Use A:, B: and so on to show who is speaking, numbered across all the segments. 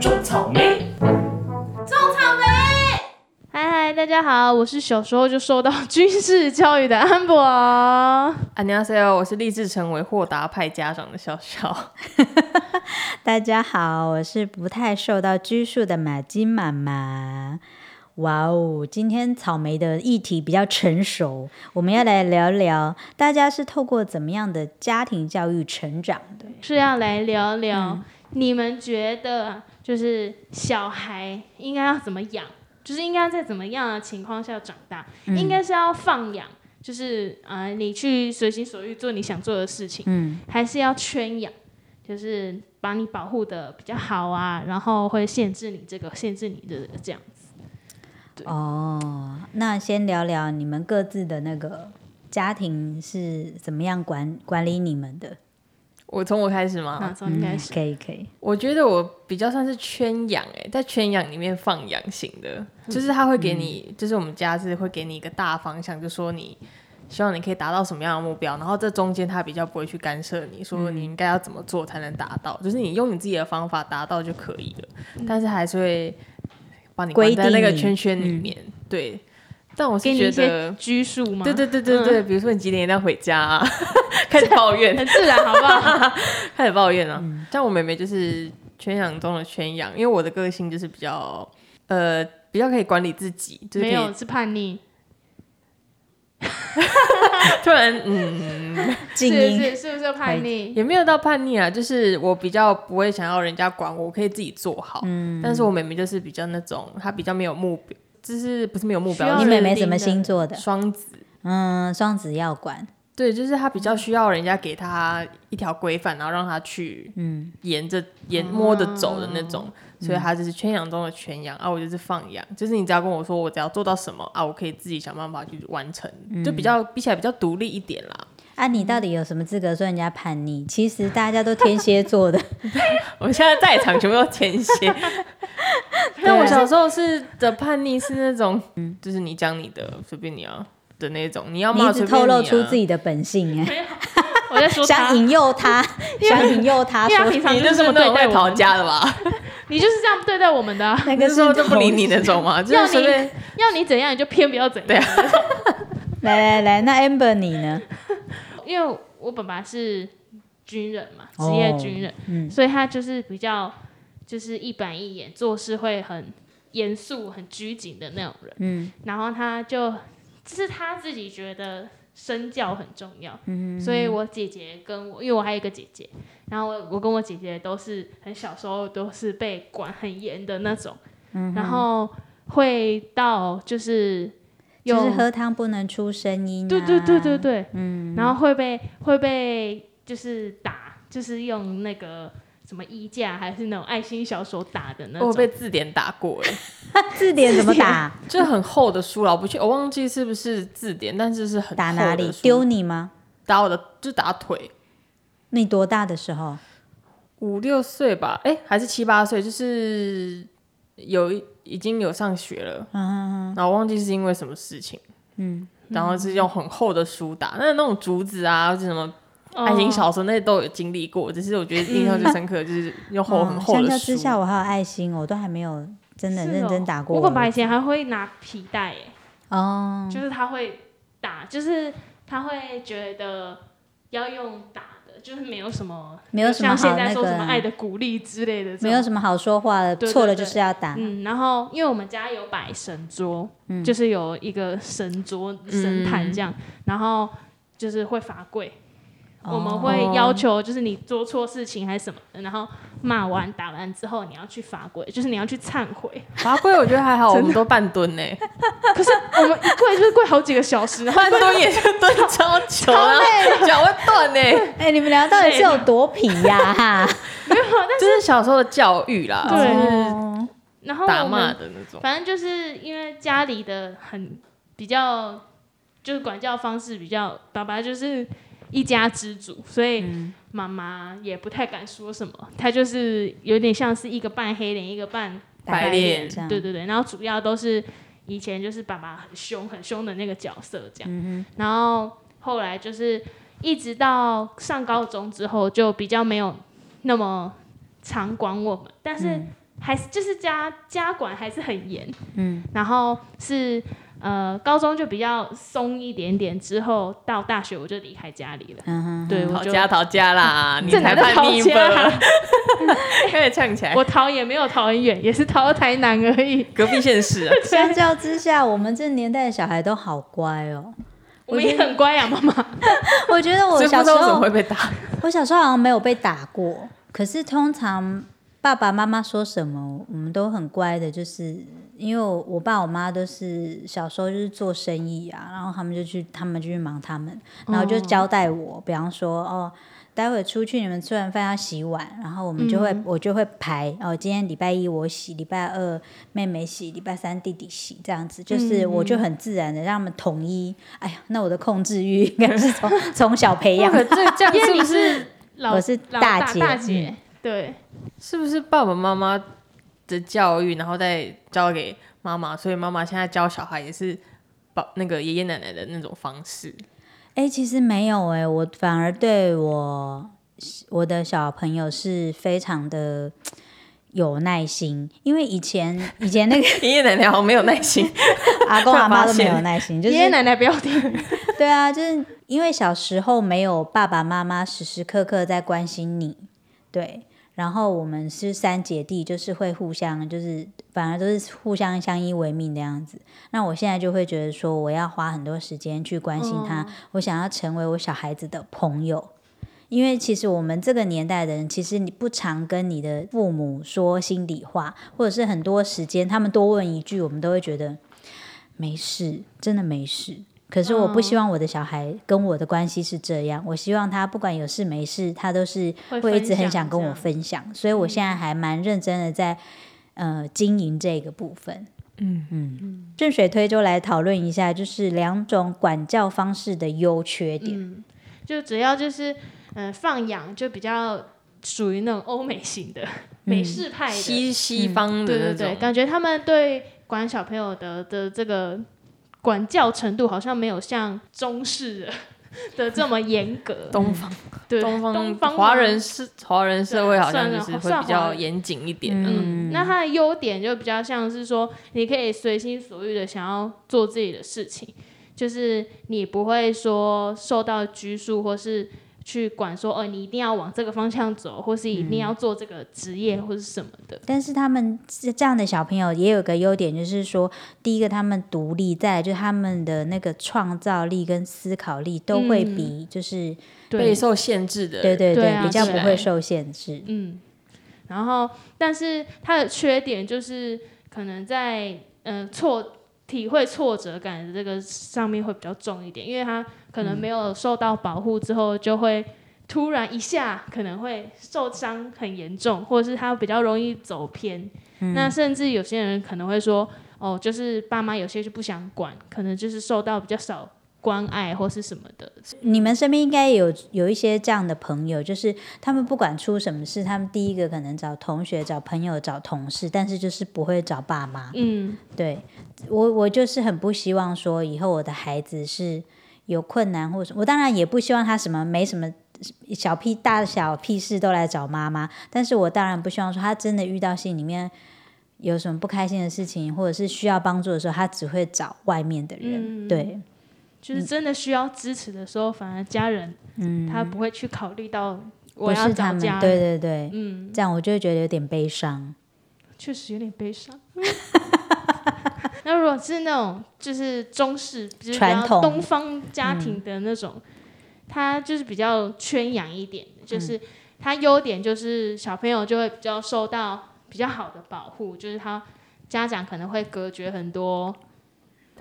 A: 种草莓，种草莓。
B: 嗨嗨，大家好，我是小时候就受到军事教育的安博。
C: 안녕하세요，我是立志成为豁达派家长的笑笑。
D: 大家好，我是不太受到拘束的马金妈妈。哇哦，今天草莓的议题比较成熟，我们要来聊聊大家是透过怎么样的家庭教育成长的。
B: 是要来聊聊、
C: 嗯
B: 你们觉得就是小孩应该要怎么养，就是应该在怎么样的情况下长大，
C: 嗯
B: 应该是要放养，就是啊、呃你去随心所欲做你想做的事情，
D: 嗯
B: 还是要圈养，就是把你保护的比较好啊，然后会限制你这个，限制你的这样。
D: 哦，那先聊聊你们各自的那个家庭是怎么样管管理你们的？
C: 我从我开始吗？
B: 那从一开
D: 嗯
B: 始，
D: 可以可以，
C: 我觉得我比较算是圈养哎、在圈养里面放养型的，就是他会给你，就是我们家是会给你一个大方向，就说你希望你可以达到什么样的目标，然后这中间他比较不会去干涉你，说你应该要怎么做才能达到，就是你用你自己的方法达到就可以了，但是还是会把你关
D: 规
C: 在那
D: 定
C: 个
D: 你
C: 圈圈里面，对。但我
B: 给
C: 是
B: 你
C: 觉
B: 一些
C: 得，
B: 拘束吗？嗯
C: 对对对对对，比如说你几点一定要回家、 啊，开始抱怨，
B: 很自然，好不好？
C: 开始抱怨了、
B: 嗯
C: 像我妹妹就是圈养中的圈养，因为我的个性就是比较呃比较可以管理自己， 就是可
B: 没 有
C: 以
B: 是叛逆，
C: 突然嗯
D: 静
B: 是
D: 音
B: 是是不是 叛逆？
C: 也没有到叛逆啊，就是我比较不会想要人家管我，我可以自己做好。
B: 嗯
C: 但是我妹妹就是比较那种，她比较没有目标，就是不是没有目
B: 需要
C: 标，
D: 你
C: 就是
D: 妹妹什么星座的？
C: 双子。
D: 嗯，双子要管。
C: 对，就是她比较需要人家给她一条规范，然后让她去
D: 嗯，哦
C: 沿着沿摸着走的那种，所以他就是圈养中的圈养啊，我就是放养，就是你只要跟我说我只要做到什么啊，我可以自己想办法去完成，就
D: 嗯
C: 比较比起来比较独立一点啦。
D: 啊，你到底有什么资格说人家叛逆？其实大家都天蝎座的，
C: 我们现在在场全部都天 蝎，但我小时候是的叛逆是那种，就是你讲你的，随便你啊的那种，你要
D: 嗯你
C: 骂
D: 一
C: 随
D: 直
C: 便
D: 透露
C: 你
D: 出自
C: 啊。
D: 己的本性，哎，
B: 我在说他
D: 想，引诱他，想引诱 他
B: 因为他
D: 说
B: 平常
C: 你
B: 就
C: 就是
B: 这么
C: 是那
B: 对
C: 种
B: 待
C: 会
B: 我
C: 逃
B: 们，
C: 家的吧？
B: 你就是这样对待我们的啊，
D: 那
C: 那
D: 个
C: 时候就不理
D: 同
C: 你那种 嘛， 就
B: 要
C: 是
B: 你
C: 随便
B: 要你怎样你就偏不要怎样。
D: 来来来，那 Amber 你呢？
B: 因为我爸爸是军人嘛，职业军人，
D: 哦嗯
B: 所以他就是比较就是一板一眼，做事会很严肃、很拘谨的那种人。
D: 嗯，
B: 然后他就，这是他自己觉得身教很重要，
D: 嗯
B: 所以我姐姐跟我，因为我还有一个姐姐，然后我我跟我姐姐都是很小时候都是被管很严的那种，
D: 嗯
B: 然后会到就是有
D: 就是喝汤不能出声音、啊，
B: 对对对对，对，嗯，然后会被会被就是打，就是用那个什么衣架还是那种爱心小手打的那种，
C: 我被字典打过哎、
D: 字典怎么打？
C: 就很厚的书啦，我不去，我忘记是不是字典，但是是很
D: 打
C: 厚
D: 哪
C: 的
D: 里？
C: 书
D: 丢你吗？
C: 打我的就打腿，
D: 你多大的时候？
C: 五六岁吧，哎、还是七八岁，就是有一已经有上学了，
D: 嗯
C: 然后忘记是因为什么事情，嗯，然后是用很厚的书打，那那种竹子啊，或者什么
B: 哦
C: 爱情小说那些都有经历过，只是我觉得印象最深刻就是用厚很厚
D: 嗯哦相
C: 的
D: 较
C: 书
D: 之，下，我还有爱心，我都还没有真的
B: 是
D: 认真
B: 哦
D: 打过
B: 我
D: 我
B: 爸
D: 的
B: 爸以前还会拿皮带耶，
D: 哦，
B: 就是他会打，就是他会觉得要用打的，就是没有什么，
D: 没有什么
B: 像现
D: 好
B: 在
D: 那
B: 说
D: 个
B: 什么
D: 啊
B: 爱的鼓励之类的这种，
D: 没有什么好说话的，
B: 对对
D: 错了
B: 对
D: 就是要打。
B: 嗯，然后因为我们家有摆神桌，
C: 嗯
B: 就是有一个神桌、神坛这样，然后就是会罚跪，
C: 哦
B: 我们会要求就是你做错事情还是什么的，然后骂完打完之后你要去罚跪，就是你要去忏悔。
C: 罚跪我觉得还 好，我们都半蹲呢、
B: 可是我们一跪就是跪好几个小时， 然后
C: 半蹲也是蹲超久啊，脚会断欸呢、
D: 哎、你们俩到底是有多皮呀、哈，
C: 就是小时候的教育啦，
B: 对
C: 就是
D: 哦
B: 然后
C: 打
B: 我
C: 骂
B: 们
C: 的那种。
B: 反正就是因为家里的很比较，就是管教方式比较，爸爸就是一家之主，所以妈妈也不太敢说什么，她就是有点像是一个半黑脸，一个半
D: 打
C: 白
D: 白
C: 脸
D: 脸这样。
B: 对对对，然后主要都是以
D: 嗯
B: 前就是爸爸很凶很凶的那个角色这样，然后后来就是一直到上高中之后就比较没有那么常管我们，但
D: 嗯
B: 是还是就是家家管还是很严，嗯，然后是呃高中就比较松一点点，之后到大学我就离开家里了，
D: 嗯哼，
B: 对我
C: 讨
B: 就
C: 价讨价 啦，你
B: 这哪
C: 才
B: 叫
C: 叛逆
B: 讨价
C: 吧？ 开始唱起来，
B: 我逃也没有逃很远，也是逃到台南而已，
C: 隔壁县市 啊，
D: 相较之下，我们这年代的小孩都好乖哦。
B: 我们也很乖呀、妈妈。
D: 我觉得我
C: 所以不
D: 小
C: 知
D: 时
C: 道怎么
D: 候
C: 会，被打。
D: 我小时候好像没有被打过，可是通常爸爸妈妈说什么，我们都很乖的，就是因为我我爸我妈都是小时候就是做生意啊，然后他们就去他们就去忙他们，然后就交代我，比方说哦。待会出去，你们吃完饭要洗碗，然后我们就会，我就会排哦。今天礼拜一我洗，礼拜二妹妹洗，礼拜三弟弟洗，这样子，就是我就很自然的让他们统一。哎呀，那我的控制欲应该是从从小培养。
C: 这这样
B: 因为
C: 是
B: 你
C: 不是
B: 是老
D: 我是
B: 老
D: 大
B: 大
D: 姐嗯
B: 大姐，对，
C: 是不是爸爸妈妈的教育，然后再交给妈妈，所以妈妈现在教小孩也是爸那个爷爷奶奶的那种方式。
D: 哎、其实没有哎、我反而对我我的小朋友是非常的有耐心，因为以前以 前那个
C: 爷爷奶奶好像没有耐 心，
D: 阿公
C: 突然
D: 阿妈
C: 发
D: 都没有
C: 现
D: 耐心，就
B: 爷
D: 是
B: 爷奶奶不要听，
D: 对啊，就是因为小时候没有爸爸妈妈时时刻刻在关心你，对。然后我们是三姐弟，就是会互相，就是反而都是互相相依为命的样子。那我现在就会觉得说，我要花很多时间去关心他，我想要成为我小孩子的朋友。因为其实我们这个年代的人，其实你不常跟你的父母说心里话，或者是很多时间他们多问一句，我们都会觉得没事，真的没事。可是我不希望我的小孩跟我的关系是这样，我希望他不管有事没事，他都是会一直很想跟我
B: 分
D: 分享，所以
B: 嗯
D: 我现在还蛮认真的在呃经营这个部分。
C: 嗯
D: 嗯，顺水推舟来讨论一下，就是两种管教方式的优缺
B: 享这
D: 点。
B: 样，嗯，就只要就是嗯、呃放养就比较属于那种欧美型的、
D: 嗯
B: 美式派 的，
C: 西西方的
B: 对
C: 那
B: 对
C: 种。
B: 对，感觉他们对管小朋友的的这个管教程度好像没有像中式的 的这么严格，
C: 东方，
B: 嗯对
C: 东
B: 东
C: 方
B: 方
C: 华
B: 吗
C: 人是华人社会，好像
B: 对
C: 就
B: 啊
C: 是
B: 算
C: 会
B: 了
C: 比较
B: 算
C: 严谨一点啊。
B: 嗯，那它的优点就比较像是说，你可以随心所欲的想要做自己的事情，就是你不会说受到拘束，或是去管说，哦，你一定要往这个方向走，或是一定要做这个职业或是什么的。
D: 但是他们这这样的小朋友也有个优点，就是说，第一个他们独立，再来就是他们的那个创造力跟思考力都会比就是、
B: 对
C: 备，受限制的，
D: 对
B: 嗯
D: 对
B: 对啊
D: 比较不
B: 对
D: 会受限制。
B: 嗯，然后，但是它的缺点就是可能在嗯、呃挫体会挫折感的这个上面会比较重一点，因为它可能没有受到保护之后，就会突然一下可能会受伤很严重，或者是它比较容易走偏。那甚至有些人可能会说，哦，就是爸妈有些就不想管，可能就是受到比较少关爱或是什么的，
D: 你们身边应该有有一些这样的朋友，就是他们不管出什么事，他们第一个可能找同学、找朋友、找同事，但是就是不会找爸妈。
B: 嗯。
D: 对我，我就是很不希望说以后我的孩子是有困难或什么，我当然也不希望他什么没什么小屁大小屁事都来找妈妈，但是我当然不希望说他真的遇到心里面有什么不开心的事情，或者是需要帮助的时候，他只会找外面的人。
B: 嗯
D: 对，嗯
B: 就是真的需要支持的时候，反而家人，他不会去考虑到我
D: 不
B: 要
D: 是他
B: 找
D: 们
B: 家，人，
D: 对对对，
B: 嗯，
D: 这样我就会觉得有点悲伤。
B: 确实有点悲伤。 那如果是那种就是中式，就是比
D: 传
B: 较
D: 统嗯
B: 东方家庭的那种，他就是比较圈养一点的，就是
D: 嗯
B: 他优点就是小朋友就会比较受到比较好的保护，就是他家长可能会隔绝很多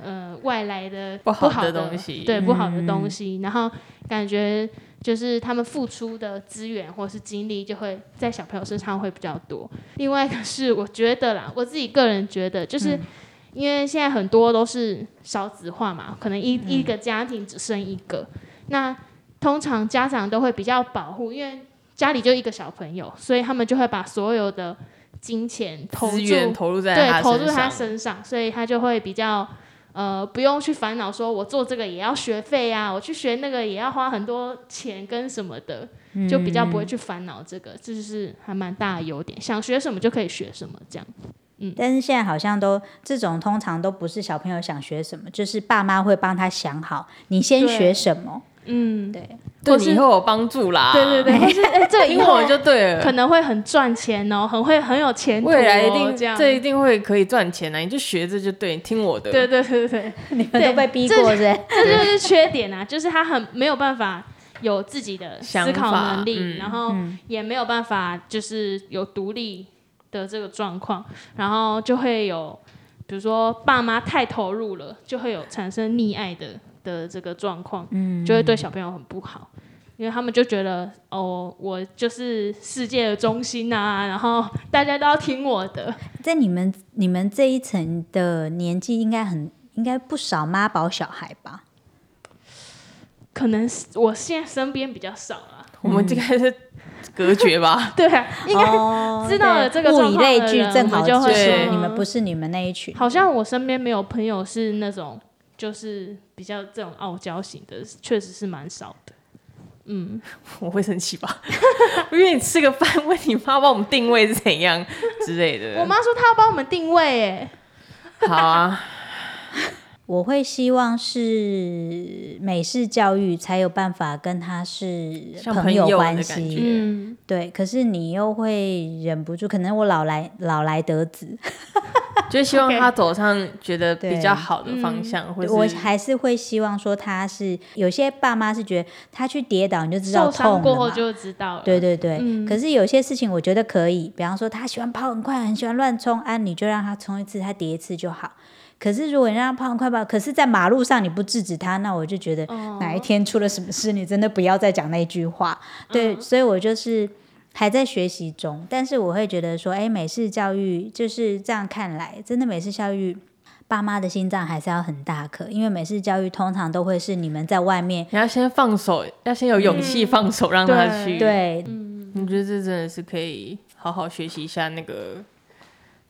B: 呃外来的
C: 不好的
B: 的
C: 东西嗯
B: 对不好的东西，然后感觉就是他们付出的资源或是精力就会在小朋友身上会比较多。另外一个是我觉得啦，我自己个人觉得就是。因为现在很多都是少子化嘛，可能一、
C: 嗯
B: 一个家庭只生一个，那通常家长都会比较保护，因为家里就一个小朋友，所以他们就会把所有的金钱投
C: 资
B: 注
C: 源投入在
B: 对
C: 他
B: 投入
C: 身
B: 他
C: 上，
B: 身上，所以他就会比较呃，不用去烦恼说我做这个也要学费啊，我去学那个也要花很多钱跟什么的，
C: 嗯
B: 就比较不会去烦恼这个，这就是还蛮大的优点。想学什么就可以学什么，这样。嗯
D: 但是现在好像都这种通常都不是小朋友想学什么，就是爸妈会帮他想好，你先
B: 对
D: 学什么。
B: 嗯，
D: 对，
C: 对
B: 或
C: 你
B: 是
C: 以后有帮助啦。
B: 对对，对，或 是哎、这个以
C: 听
B: 后
C: 啊我就对了。
B: 可能会很赚钱哦，很会很有前途、哦，
C: 未来一
B: 这
C: 定
B: 样。
C: 这一定会可以赚钱啊！你就学这就对，你听我的。
B: 对对对对，
D: 你们都被逼过是 不
B: 这就是缺点啊，就是他很没有办法有自己的思考能
C: 想法嗯
B: 力，然后也没有办法就是有独立的这个状况，然后就会有比如说爸妈太投入了，就会有产生溺爱的的这个状况，就会对小朋友很不好。因为他们就觉得哦，我就是世界的中心啊，然后大家都要听我的，
D: 是？在你们你们这一层的年纪，应该很应该不少妈宝小孩吧？
B: 可能是我现在身边比较少啊了。？
C: 我们这个是隔绝吧
B: 对啊，应该
D: 哦
B: 知道了
D: 对
B: 这个状
D: 物以
B: 况
D: 类
B: 的
D: 聚，
B: 人
D: 正
B: 我们
D: 好
B: 就会
D: 是
C: 说
D: 你们不是你们那一群，
B: 好像我身边没有朋友是那种就是比较这种傲娇型的，确实是蛮少的。嗯，
C: 我会生气 吧？因为你吃个饭，问你妈帮我们定位是怎样之类
B: 我
C: 的。
B: 妈说她要帮我们定位，哎，
C: 好 啊，
D: 我会希望是美式教育才有办法跟他是
C: 像
D: 朋
C: 朋友的
D: 关
C: 感
D: 系
C: 觉。
B: 嗯，
D: 对，可是你又会忍不住，可能我老来老来得子，
C: 就是希望他走上觉得比较好的
B: 对
C: 方向，或
D: 我
C: 者
D: 还是会希望说他是有些爸妈是觉得他去跌倒你就知道
B: 受伤
D: 痛了
B: 过后
D: 嘛。
B: 就知道了。
D: 对对对，
B: 嗯
D: 可是有些事情我觉得可以，比方说他喜欢跑很快，很喜欢乱冲，啊，你就让他冲一次，他跌一次就好。可是如果你让他跑很快跑，可是在马路上你不制止他，那我就觉得
B: 哦
D: 哪一天出了什么事，你真的不要再讲那句话。
B: 哦
D: 对，所以我就是还在学习中，但是我会觉得说，哎，美式教育就是这样看来，真的美式教育。爸妈的心脏还是要很大颗，因为美式教育通常都会是你们在外面
C: 你要先放手，要先有勇气放手让他
B: 嗯
C: 去。，
D: 对
C: 我觉得这真的是可以好好学习一下那个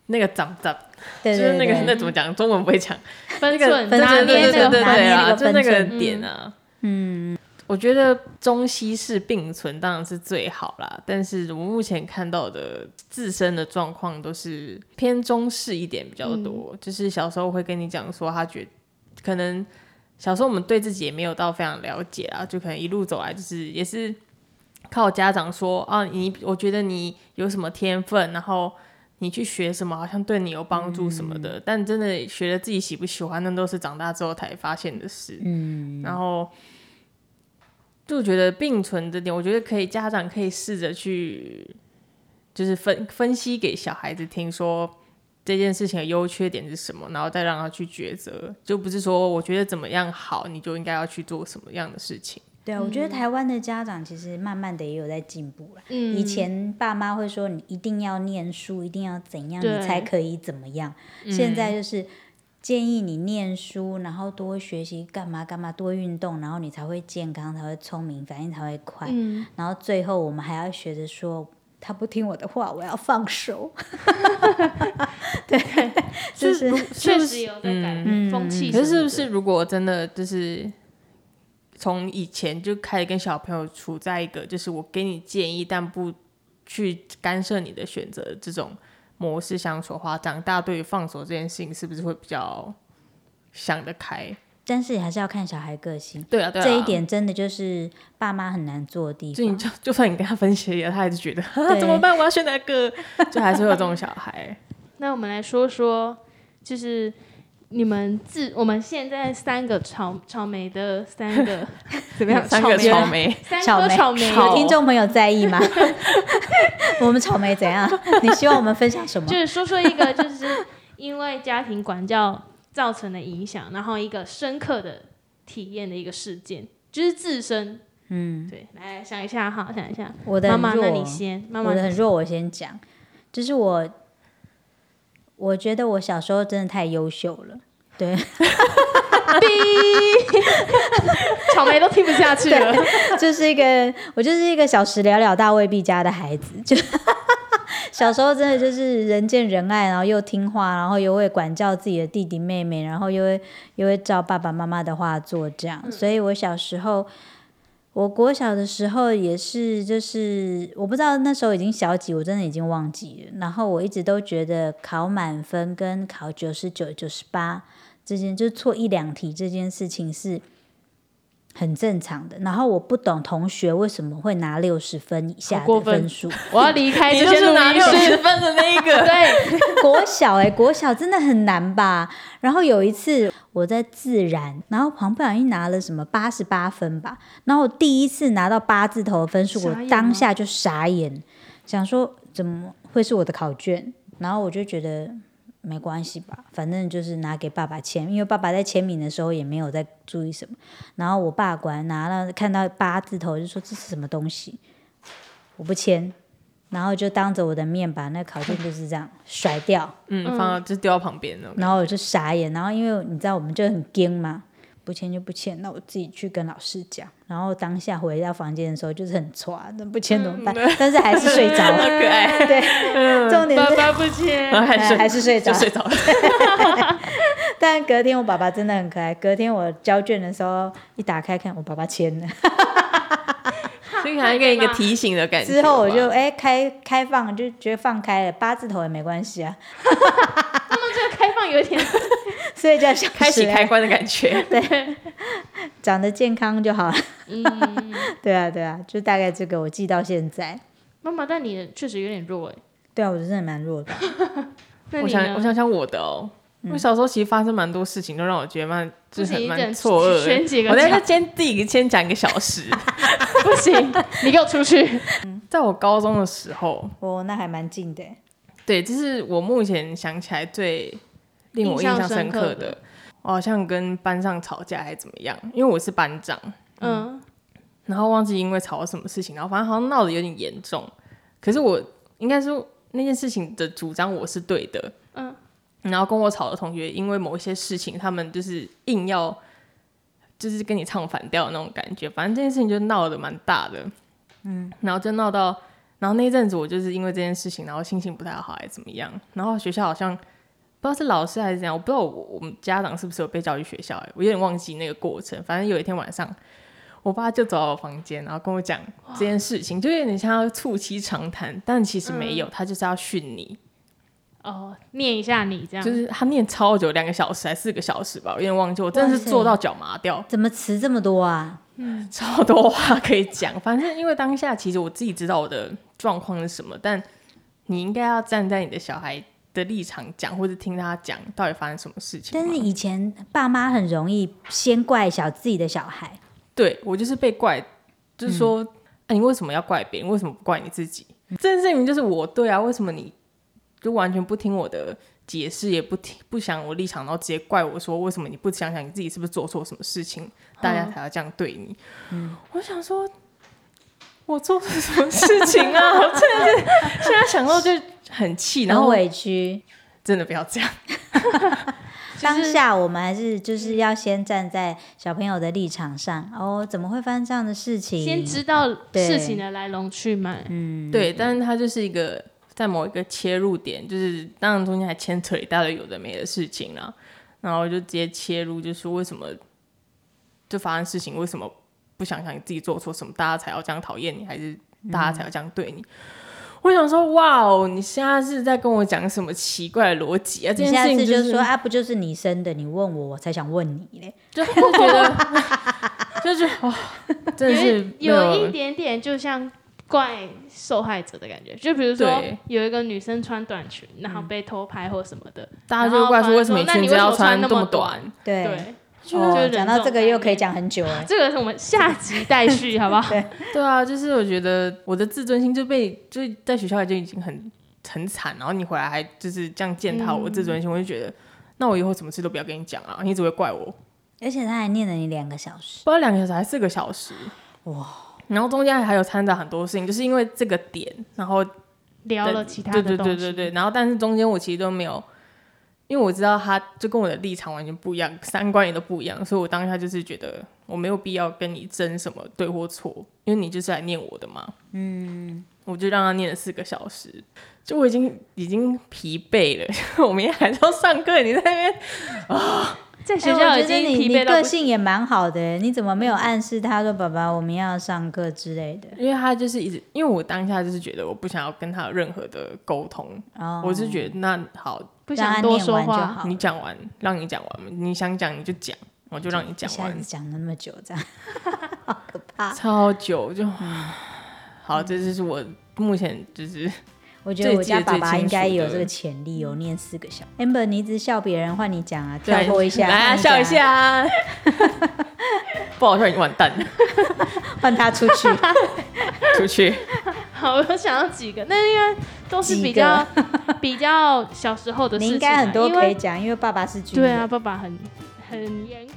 C: 那个长长，
D: 对对
C: 就是那个
D: 对
C: 那怎么讲？中文不会讲。
B: 分寸
D: 分寸
B: 拿捏
C: 对对
B: 那
C: 对
B: 个
D: 拿
C: 对
D: 捏
C: 啊，
D: 那个
C: 就那个
D: 分寸
C: 点啊。嗯，我觉得中西式并存当然是最好啦，但是我目前看到的自身的状况都是偏中式一点比较多，就是小时候会跟你讲说他觉可能。小时候我们对自己也没有到非常了解啊，就可能一路走来就是也是靠家长说啊，你我觉得你有什么天分，然后你去学什么好像对你有帮助什么的，但真的学了自己喜不喜欢，那都是长大之后才发现的事。嗯，然后就觉得并存这点，我觉得可以，家长可以试着去就是分分析给小孩子听说。这件事情的优缺点是什么，然后再让他去抉择，就不是说我觉得怎么样好，你就应该要去做什么样的事情。
D: 对啊，我觉得台湾的家长其实慢慢的也有在进步了。
B: 嗯
D: 以前爸妈会说你一定要念书，一定要怎样，
B: 对
D: 你才可以怎么样。嗯现在就是建议你念书，然后多学习，干嘛干嘛，多运动，然后你才会健康，才会聪明，反应才会快。
B: 嗯，
D: 然后最后我们还要学着说。他不听我的话，我要放 手。对，就是
B: 确实有在改
D: 嗯
B: 变风气什
C: 可
B: 么
C: 是
B: 的。
C: 是不是如果真的就是从以前就开始跟小朋友处在一个就是我给你建议，但不去干涉你的选择这种模式相处的话，长大对于放手这件事情是不是会比较想得开？
D: 但是还是要看小孩个性。
C: 对啊，对啊，
D: 这一点真的就是爸妈很难做的地
C: 就你
D: 方。
C: 就就算你跟他分析了，他还是觉得啊
D: 对
C: 怎么办？我要选哪个？就还是会有这种小 孩。
B: 那我们来说说，就是你们自我们现在三个草草莓的三 个
C: 怎么样？嗯三个
D: 草莓
C: 草莓，
B: 三
D: 草
B: 颗
D: 莓，
B: 草莓，
D: 有听众朋友在意 吗？ 我们草莓怎样？你希望我们分享什么
B: 就？是说说一个，就是因为家庭管教造成的影响，然后一个深刻的体验的一个事件，就是自身。嗯，对，来想一下哈，想一下，
D: 我的
B: 妈
D: 很
B: 妈，
D: 弱，
B: 那你先，妈妈
D: 我的很弱，我先讲。就是我，我觉得我小时候真的太优秀了，对，
B: 草莓都听不下去 了。
D: 就是一个我就是一个小时了了大未必家的孩子，就 小时候真的就是人见人爱，然后又听话，然后又会管教自己的弟弟妹妹，然后又会又会照爸爸妈妈的话做这
B: 嗯
D: 样。所以我小时候，我国小的时候也是，就是我不知道那时候已经小几，我真的已经忘记了。然后我一直都觉得考满分跟考九十九、九十八之间，就是错一两题这件事情是很正常的。然后我不懂同学为什么会拿六十分以下
B: 好过
D: 的
B: 分
D: 分数。
B: 我要离开
C: 你
B: 这
C: 就
B: 些
C: 是
B: 录
C: 拿
B: 音
C: 六十
B: 室。
C: 分的那一 个，
B: 对，
D: 国小哎、国小真的很难吧？然后有一次我在自然，然后旁不小心拿了什么八十八分吧，然后我第一次拿到八字头的分数，
B: 傻
D: 我
B: 眼吗哦
D: 当下就傻眼，想说怎么会是我的考卷？然后我就觉得没关系吧，反正就是拿给爸爸签，因为爸爸在签名的时候也没有在注意什么。然后我爸果然拿了看到八字头就说这是什么东西，我不签。然后就当着我的面把那考卷就是这样甩掉，
C: 嗯，放到就丢到旁边那种。
D: 然后我就傻眼，然后因为你知道我们就很惊嘛，不签就不签，那我自己去跟老师讲。然后当下回到房间的时候就是很抓，那不签怎么办？
B: 嗯
D: 但是还是睡着
C: 好
D: 了。
C: 可 爱，
D: 对，重点
B: 爸
D: 是
B: 爸不接。
C: 然后还
D: 哎
C: 睡
D: 还是睡着
C: 就。睡 着了。
D: 但隔天我爸爸真的很可爱，隔天我交卷的时候一打开看，我爸爸签了。
C: 所以还给你一个提醒的感觉吧。
D: 之
B: 啊
D: 后我就哎开开放，就觉得放开了，八字头也没关系啊，
B: 他们这个开放有点
D: 所以叫小
C: 开启
D: 时
C: 开关的感 觉。
D: 长得健康就好了。
B: 嗯，
D: 对啊对啊，就大概这个我记到现在。
B: 妈妈，但你的确实有点弱哎。
D: 对啊，我真的蛮弱的。
B: 那
C: 我
B: 你
C: 想，我
B: 呢？
C: 想想我的哦。我小时候其实发生蛮多事情，都让我觉得蛮就是很
B: 不行你
C: 蛮
B: 整
C: 错愕
B: 选几
C: 的。我
B: 个
C: 在
B: 讲
C: 这先第一个先讲一个小时，
B: 不行，你给我出去。
C: 在我高中的时候，
D: 哦，那还蛮近的。
C: 对，这是我目前想起来最令我印象深刻
B: 印象深刻的
C: 的。我好像跟班上吵架还是怎么样，因为我是班长，
B: 嗯，
C: 然后忘记因为吵什么事情，然后反正好像闹得有点严重。可是我应该说那件事情的主张我是对的，
B: 嗯，
C: 然后跟我吵的同学因为某一些事情，他们就是硬要就是跟你唱反调的那种感觉。反正这件事情就闹得蛮大的，嗯，然后就闹到，然后那一阵子我就是因为这件事情，然后心情不太好还是怎么样，然后学校好像。不知道是老师还是怎样，我不知道我我们家长是不是有被叫去学校、欸，我有点忘记那个过程。反正有一天晚上，我爸就走到我房间，然后跟我讲这件事情，就有点像要促膝长谈，但其实没有，
D: 嗯
C: 他就是要训你，
B: 哦，念一下你这样
C: 就。是他念超久，两个小时还四个小时吧，我有点忘记，我真的
D: 哇
C: 是
D: 塞
C: 做到脚麻掉，
D: 怎么词这么多啊？
C: 超多话可以讲。反正因为当下其实我自己知道我的状况是什么，但你应该要站在你的小孩的立场讲，或者听他讲到底发生什么事情嘛。
D: 但是以前爸妈很容易先怪小自己的小孩，
C: 对我就是被怪，就是说、啊你为什么要怪别人？为什么不怪你自己？这件事情就是我对啊，为什么你就完全不听我的解释，也不听不想我立场，然后直接怪我说为什么你不想想你自己是不是做错什么事情，大家才要这样对你？我想说。我做错什么事情啊？我真的是现在想到就很气，然
D: 很
C: 后
D: 委屈。
C: 真的不要这样。
D: 当下我们还是就是要先站在小朋友的立场上，哦，怎么会发生这样的事情？
B: 先知道
D: 对嗯
B: 事情的来龙去脉，
C: 对，但是它就是一个在某一个切入点，就是当然中间还牵扯一大堆有的没的事情啦，然后就直接切入，就是为什么就发生事情，为什么不想想你自己做错什么，大家才要这样讨厌你，还是大家才要这样对你？我想说，哇哦，你现在是在跟我讲什么奇怪的逻辑啊？这
D: 你
C: 件
D: 下
C: 事
D: 次
C: 情
D: 就是说啊，不就是你生的？你问我，我才想问你嘞。
C: 就就觉得就是哇， 真的是没
B: 有一点点就像怪受害者的感觉。就比如说
C: 对嗯
B: 有一个女生穿短裙，然后被偷拍或什么的，
C: 大家就会怪说为什么
B: 然后
C: 裙子
B: 反而说那你为什
C: 要
B: 么穿那
C: 这
B: 么
C: 么
B: 短
C: 短？
D: 对，
B: 对，
D: 哦，
B: 人
D: 讲
B: 这
D: 到
B: 种
D: 这个又
B: 概
D: 可以
B: 念
D: 讲很久哎。
B: 这个是我们下集待 续，好不好？
C: 对啊，就是我觉得我的自尊心就被就在学校就已经很很惨，然后你回来还就是这样践踏我的自尊心，我就觉得，那我以后什么事都不要跟你讲啊，你只会怪我。不
D: 而且他还念了你两个小时，
C: 知道两个小时还是四个小时，哇！然后中间还有掺杂很多事情，就是因为这个点，然后
B: 聊了其他
C: 对
B: 的
C: 对
B: 东西，
C: 对对对，然后但是中间我其实都没有因为我知道他就跟我的立场完全不一样，三观也都不一样，所以我当下就是觉得我没有必要跟你争什么对或错，因为你就是来念我的嘛。嗯，我就让他念了四个小时，就我已经已经疲惫了， 我明天还是要上课，你在那边
B: 在
D: 哎
B: 学
D: 我
B: 校已
D: 觉得
B: 经
D: 你
B: 疲
D: 你
B: 惫到
D: 个
B: 不行。
D: 性也蛮好的，欸你怎么没有暗示他说爸爸我们要上课之类的？
C: 因为他就是一直，因为我当下就是觉得我不想要跟他有任何的沟通，
D: 哦，
C: 我是觉得那好，
B: 不
D: 让
B: 想
D: 他
B: 多
D: 念
B: 说
D: 完就
B: 话
D: 好，
C: 你讲完，让你讲完，你想讲你就讲，我就让你
D: 一
C: 讲
D: 下
C: 完
D: 子，讲了那么久，这样好可怕。
C: 超久就，好，这就是我目前就是
D: 我觉得我
C: 最记
D: 家
C: 得
D: 爸
C: 最
D: 爸
C: 清
D: 应该
C: 楚
D: 有
C: 的嗯
D: 这个潜力哦，念四个小时。Amber，你一直笑别人，换你讲啊，跳
C: 对
D: 过一下，
C: 来啊，
D: 换你
C: 笑一
D: 讲啊，
C: 下，不好笑你完蛋了，
D: 换他出 去。
C: 出去，
B: 好，我想到几个，那应该都是
D: 几
B: 比
D: 个
B: 较比较小时候的事 情啊，
D: 你应该很多
B: 因
D: 可
B: 为
C: 啊
D: 以讲，因为爸爸是军
B: 对
D: 人。
B: 啊，爸爸很很严